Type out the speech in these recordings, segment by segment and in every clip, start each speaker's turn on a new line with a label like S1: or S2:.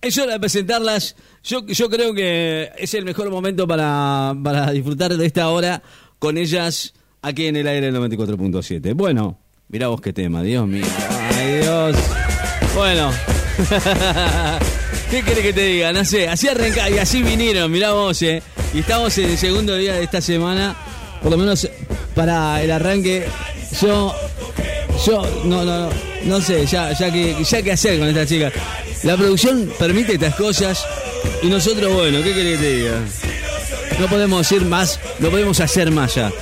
S1: Es hora de presentarlas. Yo, yo creo que es el mejor momento para, para disfrutar de esta hora con ellas aquí en el aire del 94.7. Bueno, mirá vos qué tema, Dios mío. Ay, Dios. Bueno. ¿Qué querés que te diga? No sé, así arranca y así vinieron, mirá vos, eh. Y estamos en el segundo día de esta semana, por lo menos para el arranque. Yo, yo, no, no, no, no sé, ya, ya que, ya qué hacer con esta chica. La producción permite estas cosas y nosotros, bueno, ¿qué querés que te diga? No podemos ir más, no podemos hacer más ya.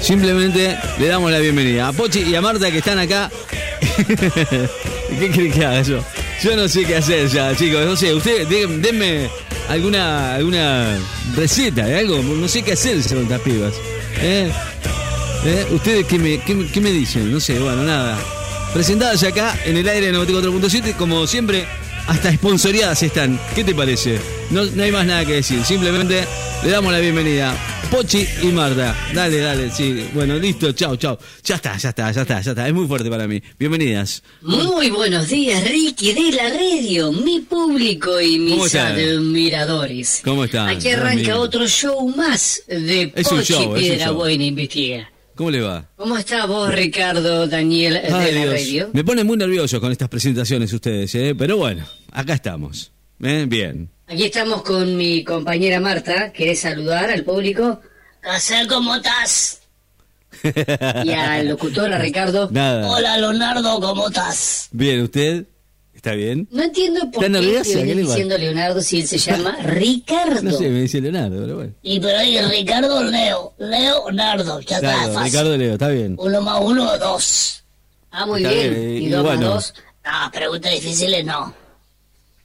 S1: Simplemente le damos la bienvenida a Pochi y a Marta que están acá. ¿Qué creen que haga yo? Yo no sé qué hacer ya, chicos. No sé, ustedes dé- denme alguna alguna receta de algo. No sé qué hacer son estas pibas. ¿Eh? ¿Eh? ¿Ustedes qué me, qué me- qué me dicen? No sé, bueno, nada. Presentadas acá en el aire 94.7, como siempre, hasta esponsoreadas están. ¿Qué te parece? No, no hay más nada que decir. Simplemente le damos la bienvenida. Pochi y Marta. Dale, dale, sí. Bueno, listo, chao, chao. Ya está, ya está, ya está, ya está. Es muy fuerte para mí. Bienvenidas.
S2: Muy buenos días, Ricky de la radio, mi público y
S1: ¿Cómo
S2: mis
S1: están?
S2: admiradores.
S1: ¿Cómo están?
S2: Aquí arranca
S1: Amigo.
S2: otro show más de
S1: Es un
S2: Pochi
S1: show, es un
S2: Piedra
S1: show.
S2: Buena Investiga.
S1: ¿Cómo le va?
S2: ¿Cómo está vos, Ricardo Daniel eh, de
S1: Ay,
S2: la
S1: Dios.
S2: radio?
S1: Me ponen muy nervioso con estas presentaciones ustedes, ¿eh? Pero bueno, acá estamos. ¿Eh? Bien.
S2: Aquí estamos con mi compañera Marta. ¿Querés saludar al público? Casar como estás? Y al locutor, a Ricardo.
S1: Nada.
S2: Hola, Leonardo, ¿cómo estás?
S1: Bien, ¿usted? ¿Está bien?
S2: No entiendo por
S1: ¿Está
S2: qué te
S1: nerviosa? ¿Qué
S2: venís
S1: le va?
S2: diciendo Leonardo si él se llama Ricardo.
S1: No sé, me dice Leonardo, pero bueno.
S3: Y pero ahí Ricardo Leo, Leo Nardo, ya está
S1: Claro,
S3: fácil.
S1: Ricardo Leo, está bien.
S3: Uno más uno, dos.
S2: Ah, muy
S1: Está
S2: bien.
S1: bien,
S2: Y
S1: y
S2: dos más
S1: bueno.
S2: dos.
S3: No, preguntas difíciles no.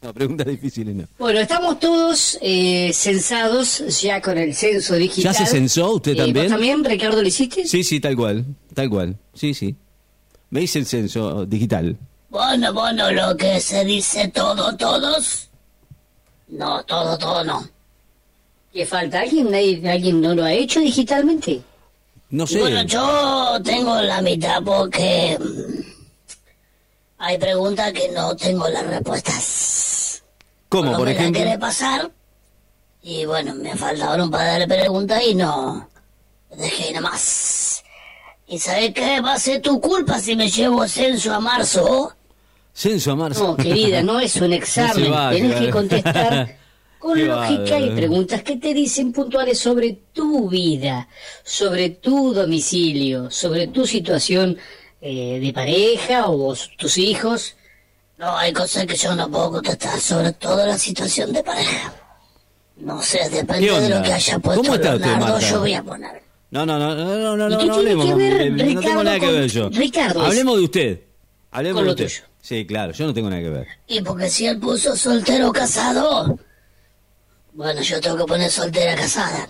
S1: No, preguntas difíciles, no.
S2: Bueno, estamos todos eh, censados ya con el censo
S1: ¿Ya
S2: digital.
S1: se censó usted
S2: Eh,
S1: también?
S2: ¿Vos también, Ricardo, lo hiciste?
S1: Sí, sí, tal cual. Tal cual. Sí, sí. Me hice el censo digital.
S3: Bueno, bueno, lo que se dice todo, todos. No, todo, todo no.
S2: ¿Que falta alguien? ¿Nadie- ¿Alguien no lo ha hecho digitalmente?
S1: No
S3: Y
S1: sé.
S3: Bueno, yo tengo la mitad porque mm, hay preguntas que no tengo las respuestas.
S1: ¿Cómo,
S3: No
S1: por
S3: me la
S1: ejemplo?
S3: quiere pasar. Y bueno, me faltaron un par de preguntas y no. Dejé ahí nomás. ¿Y sabes qué? Va a ser tu culpa si me llevo censo a marzo.
S1: Censo a marzo.
S2: No, querida, no es un examen.
S1: se va,
S2: Tenés
S1: claro.
S2: que contestar
S1: Qué
S2: con lógica y
S1: bárbaro.
S2: preguntas que te dicen puntuales sobre tu vida, sobre tu domicilio, sobre tu situación eh, de pareja o tus hijos.
S3: No, hay cosas que yo no puedo contestar, sobre todo la situación de pareja. No sé,
S1: ¿Qué
S3: depende de
S1: onda?
S3: lo que haya puesto
S1: ¿Cómo está usted,
S3: Leonardo,
S1: Marta?
S3: yo voy a poner.
S1: No, no, no, no, no, no,
S2: ¿Y qué
S1: no
S2: tiene
S1: hablemos.
S2: que
S1: con-
S2: ver
S1: de- no tengo
S2: Ricardo
S1: nada que
S2: con-
S1: ver yo.
S2: Ricardo es-
S1: Hablemos de usted. Hablemos
S2: Con lo
S1: de usted.
S2: tuyo.
S1: Sí, claro, yo no tengo nada que ver.
S3: Y porque si él puso soltero o casado, bueno, yo tengo que poner soltera casada.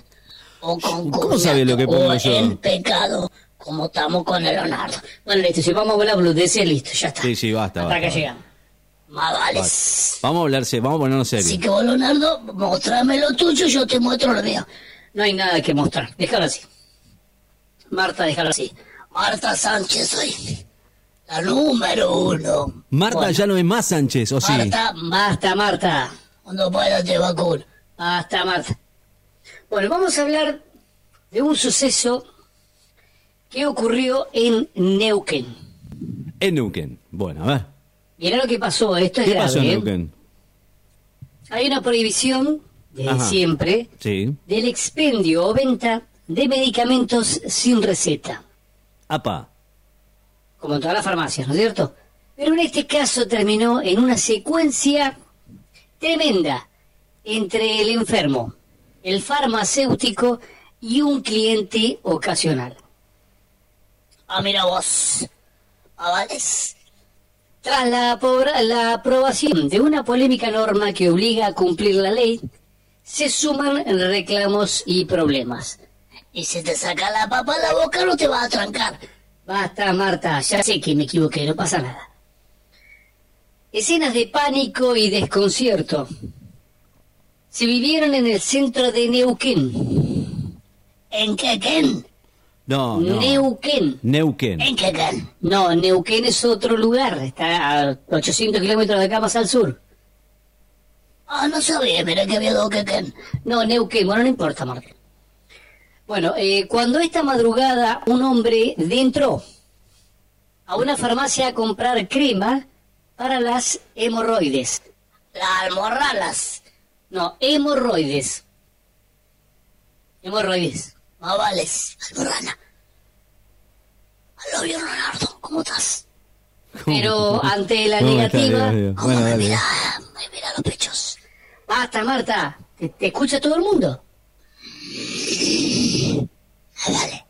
S3: O con
S1: ¿Cómo sabe lo que pongo yo?
S3: en pecado, como estamos con el Leonardo.
S2: Bueno, listo, si vamos a hablar boludeces, listo, ya está.
S1: Sí, sí, basta.
S2: Hasta
S1: basta,
S2: acá
S1: basta.
S2: llegamos.
S3: Más vale.
S1: Vamos a hablarse, vamos a ponernos
S3: Así
S1: serios.
S3: que vos, Leonardo, mostrame lo tuyo, yo te muestro lo mío.
S2: No hay nada que mostrar. Déjalo así. Marta, déjalo así.
S3: Marta Sánchez soy. La número uno.
S1: Marta
S2: Bueno.
S1: ya no es más Sánchez, ¿o sí?
S3: Marta,
S2: Basta, Marta.
S3: cuando pueda te vacuno.
S2: Basta, Marta. Bueno, vamos a hablar de un suceso que ocurrió en Neuquén.
S1: En Neuquén. Bueno, a ver.
S2: Mirá lo que pasó, esto es
S1: ¿Qué
S2: grave.
S1: pasó en
S2: ¿eh?
S1: Neuquén?
S2: Hay una prohibición desde
S1: Ajá.
S2: siempre
S1: Sí.
S2: del expendio o venta de medicamentos sin receta.
S1: Apa.
S2: como en todas las farmacias, ¿no es cierto? Pero en este caso terminó en una secuencia tremenda entre el enfermo, el farmacéutico y un cliente ocasional.
S3: Ah, mira vos. Ah, vales.
S2: Tras la, apro- la aprobación de una polémica norma que obliga a cumplir la ley, se suman reclamos y problemas.
S3: Y si te saca la papa de la boca, no te vas a trancar.
S2: Basta, Marta, ya sé que me equivoqué, no pasa nada. Escenas de pánico y desconcierto se vivieron en el centro de Neuquén.
S3: ¿En qué, Ken?
S1: No, no.
S2: Neuquén.
S1: Neuquén.
S3: ¿En qué, Ken?
S2: No, Neuquén es otro lugar, está a 800 kilómetros de acá más al sur.
S3: Ah, no sabía, mirá que había Doquequén.
S2: No, Neuquén, bueno, no importa, Martín. Bueno, eh, cuando esta madrugada un hombre entró a una farmacia a comprar crema para las hemorroides.
S3: Las almorranas.
S2: No, hemorroides. Hemorroides.
S3: Más vales, almorrana. Alobio, Leonardo, ¿cómo estás?
S2: Pero ante la
S1: ¿Cómo está,
S2: negativa...
S1: Dios, Dios?
S3: ¿Cómo
S1: Bueno,
S3: me
S1: dale.
S3: mira? Me mira los pechos.
S2: Basta, Marta. Te, te escucha todo el mundo.
S3: Ah, dale.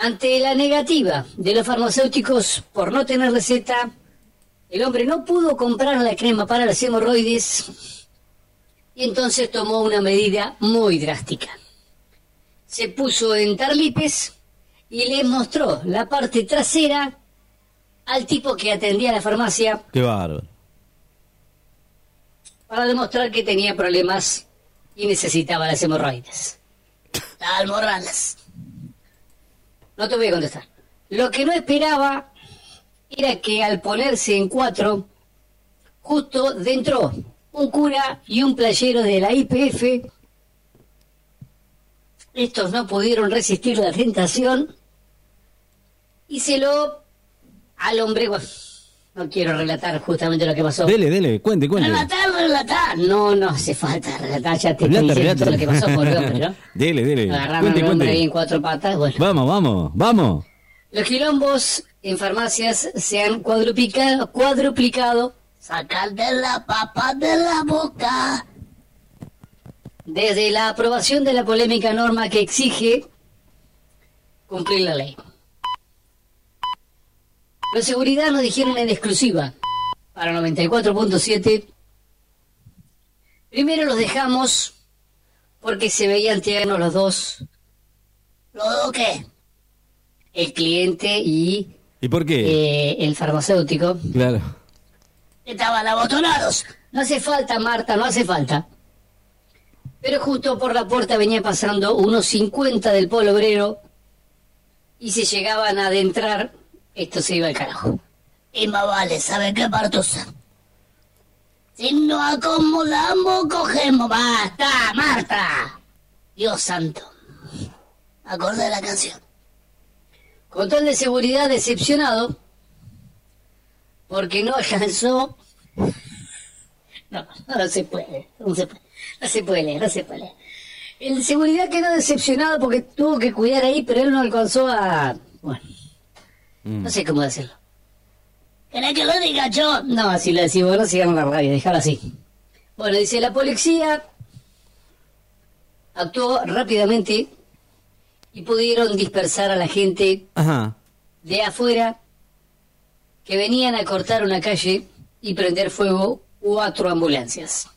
S2: Ante la negativa de los farmacéuticos por no tener receta, el hombre no pudo comprar la crema para las hemorroides y entonces tomó una medida muy drástica. Se puso en tarlipes y le mostró la parte trasera al tipo que atendía la farmacia
S1: Qué bárbaro.
S2: para demostrar que tenía problemas y necesitaba las hemorroides.
S3: Las almorranas.
S2: No te voy a contestar. Lo que no esperaba era que al ponerse en cuatro, justo dentro un cura y un playero de la IPF, estos no pudieron resistir la tentación y se lo al hombre. bueno, No quiero relatar justamente lo que pasó.
S1: Dele, dele, cuente, cuente.
S3: Relatar, relatar.
S2: No, no hace falta relatar, ya te estoy
S1: Relate,
S2: diciendo
S1: relate.
S2: lo que pasó por el hombre, ¿no?
S1: Dele, dele.
S2: Agarraron
S1: Cuente,
S2: al hombre ahí
S1: cuente.
S2: en cuatro patas, bueno.
S1: Vamos, vamos, vamos.
S2: Los quilombos en farmacias se han cuadruplicado, cuadruplicado
S3: Sacarte la papa de la boca.
S2: desde la aprobación de la polémica norma que exige cumplir la ley. Los seguridad nos dijeron en exclusiva para 94.7. Primero los dejamos porque se veían tiernos los dos,
S3: ¿Luego qué?
S2: el cliente y
S1: ¿Y por qué?
S2: eh, el farmacéutico.
S1: Claro.
S3: Estaban abotonados.
S2: No hace falta, Marta, no hace falta. Pero justo por la puerta venía pasando unos 50 del polo obrero y si llegaban a adentrar, esto se iba al carajo.
S3: Y más vale, ¿sabe qué, Partusa? Si nos acomodamos, cogemos. ¡Basta, Marta! Dios santo. Acorde de la canción.
S2: Control de seguridad decepcionado porque no alcanzó... No, no se puede, no se puede, no se puede leer, no se puede leer. El de seguridad quedó decepcionado porque tuvo que cuidar ahí, pero él no alcanzó a... Bueno,
S1: Mm.
S2: no sé cómo decirlo.
S3: ¿Querés que lo diga yo?
S2: No, así lo decimos, no sigan la radio, dejarlo así. Bueno, dice, la policía actuó rápidamente y pudieron dispersar a la gente
S1: Ajá.
S2: de afuera que venían a cortar una calle y prender fuego cuatro ambulancias.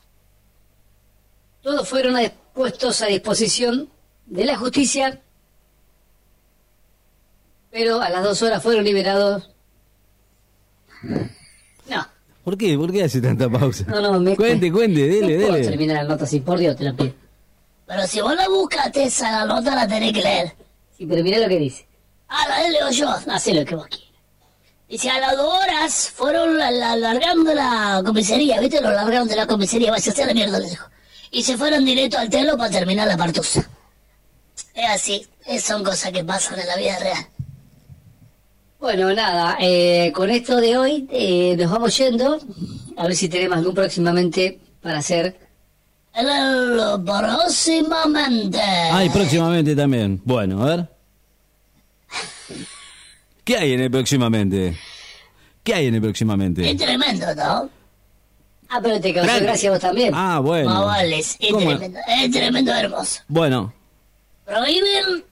S2: Todos fueron a- puestos a disposición de la justicia, pero a las dos horas fueron liberados. No.
S1: ¿Por qué? ¿Por qué hace tanta pausa?
S2: No, no, me
S1: Cuente, cuente, dele,
S2: no puedo
S1: dele.
S2: terminar la nota así, por Dios, te la pido.
S3: Pero si vos la buscaste, esa nota la tenés que leer.
S2: Sí, pero mirá lo que dice.
S3: Ah, la leo yo.
S2: Hacé lo que vos quieras.
S3: Dice, a las dos horas fueron la, la- largando la comisaría, ¿viste? Lo largaron de la comisaría, vaya a hacer la mierda, le dijo. Y se fueron directo al telo para terminar la partusa. Es así, es- son cosas que pasan en la vida real.
S2: Bueno, nada, eh, con esto de hoy eh, nos vamos yendo. A ver si tenemos algún próximamente para hacer.
S3: El- el- próximamente.
S1: Ay, próximamente también. Bueno, a ver. ¿Qué hay en el próximamente? ¿Qué hay en
S3: Es
S1: el
S2: Eh.
S1: próximamente?
S3: tremendo, ¿no?
S2: Ah, pero te causó
S1: Grande.
S2: gracia a vos también.
S1: Ah, bueno.
S3: Más vales, es
S1: ¿Cómo?
S3: tremendo, es tremendo hermoso.
S1: Bueno,
S3: Prohíben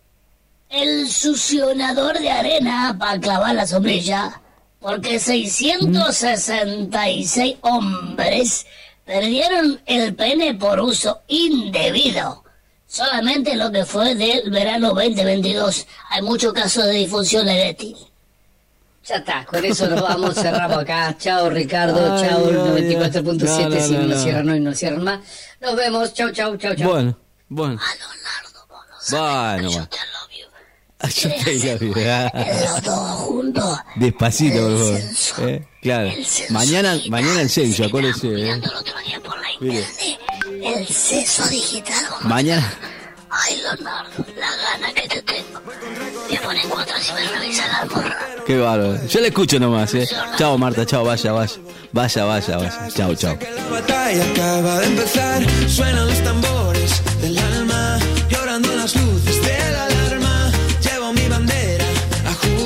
S3: el succionador de arena para clavar la sombrilla, porque 666 hombres perdieron el pene por uso indebido. Solamente lo que fue del verano 2022. Hay muchos casos de este. disfunción eréctil.
S2: Ya está, con eso nos vamos, cerramos acá. Chao Ricardo,
S1: Ay,
S2: chao
S1: Dios,
S2: 94.7,
S1: Dios. No,
S2: si
S1: no,
S2: no,
S1: no, no.
S2: nos cierran hoy, no cierran más. Nos vemos, chao, chao, chao, chao.
S1: bueno, bueno.
S3: A Leonardo, vos no sabés
S1: Bueno,
S3: que
S1: bueno.
S3: yo te lo vi.
S1: Yo tengo vida.
S2: Los dos juntos.
S1: Despacito, por favor.
S2: censo.
S1: ¿Eh? Claro.
S2: El censo.
S1: Mañana, Ah, mañana el censo,
S2: Estábamos
S1: acuérdense. ¿eh?
S2: mirando el otro día por la
S1: Mire.
S2: internet. El censo digital.
S1: Mañana.
S2: Ay, Leonardo, la gana que te tengo. Me ponen cuatro si me revisa la almorra.
S1: Qué bárbaro. Yo le escucho nomás, ¿eh? Chao, Marta. Chao, vaya, vaya. Vaya, vaya, vaya. Chao, chao.
S4: Que la batalla acaba de empezar. Suenan los tambores.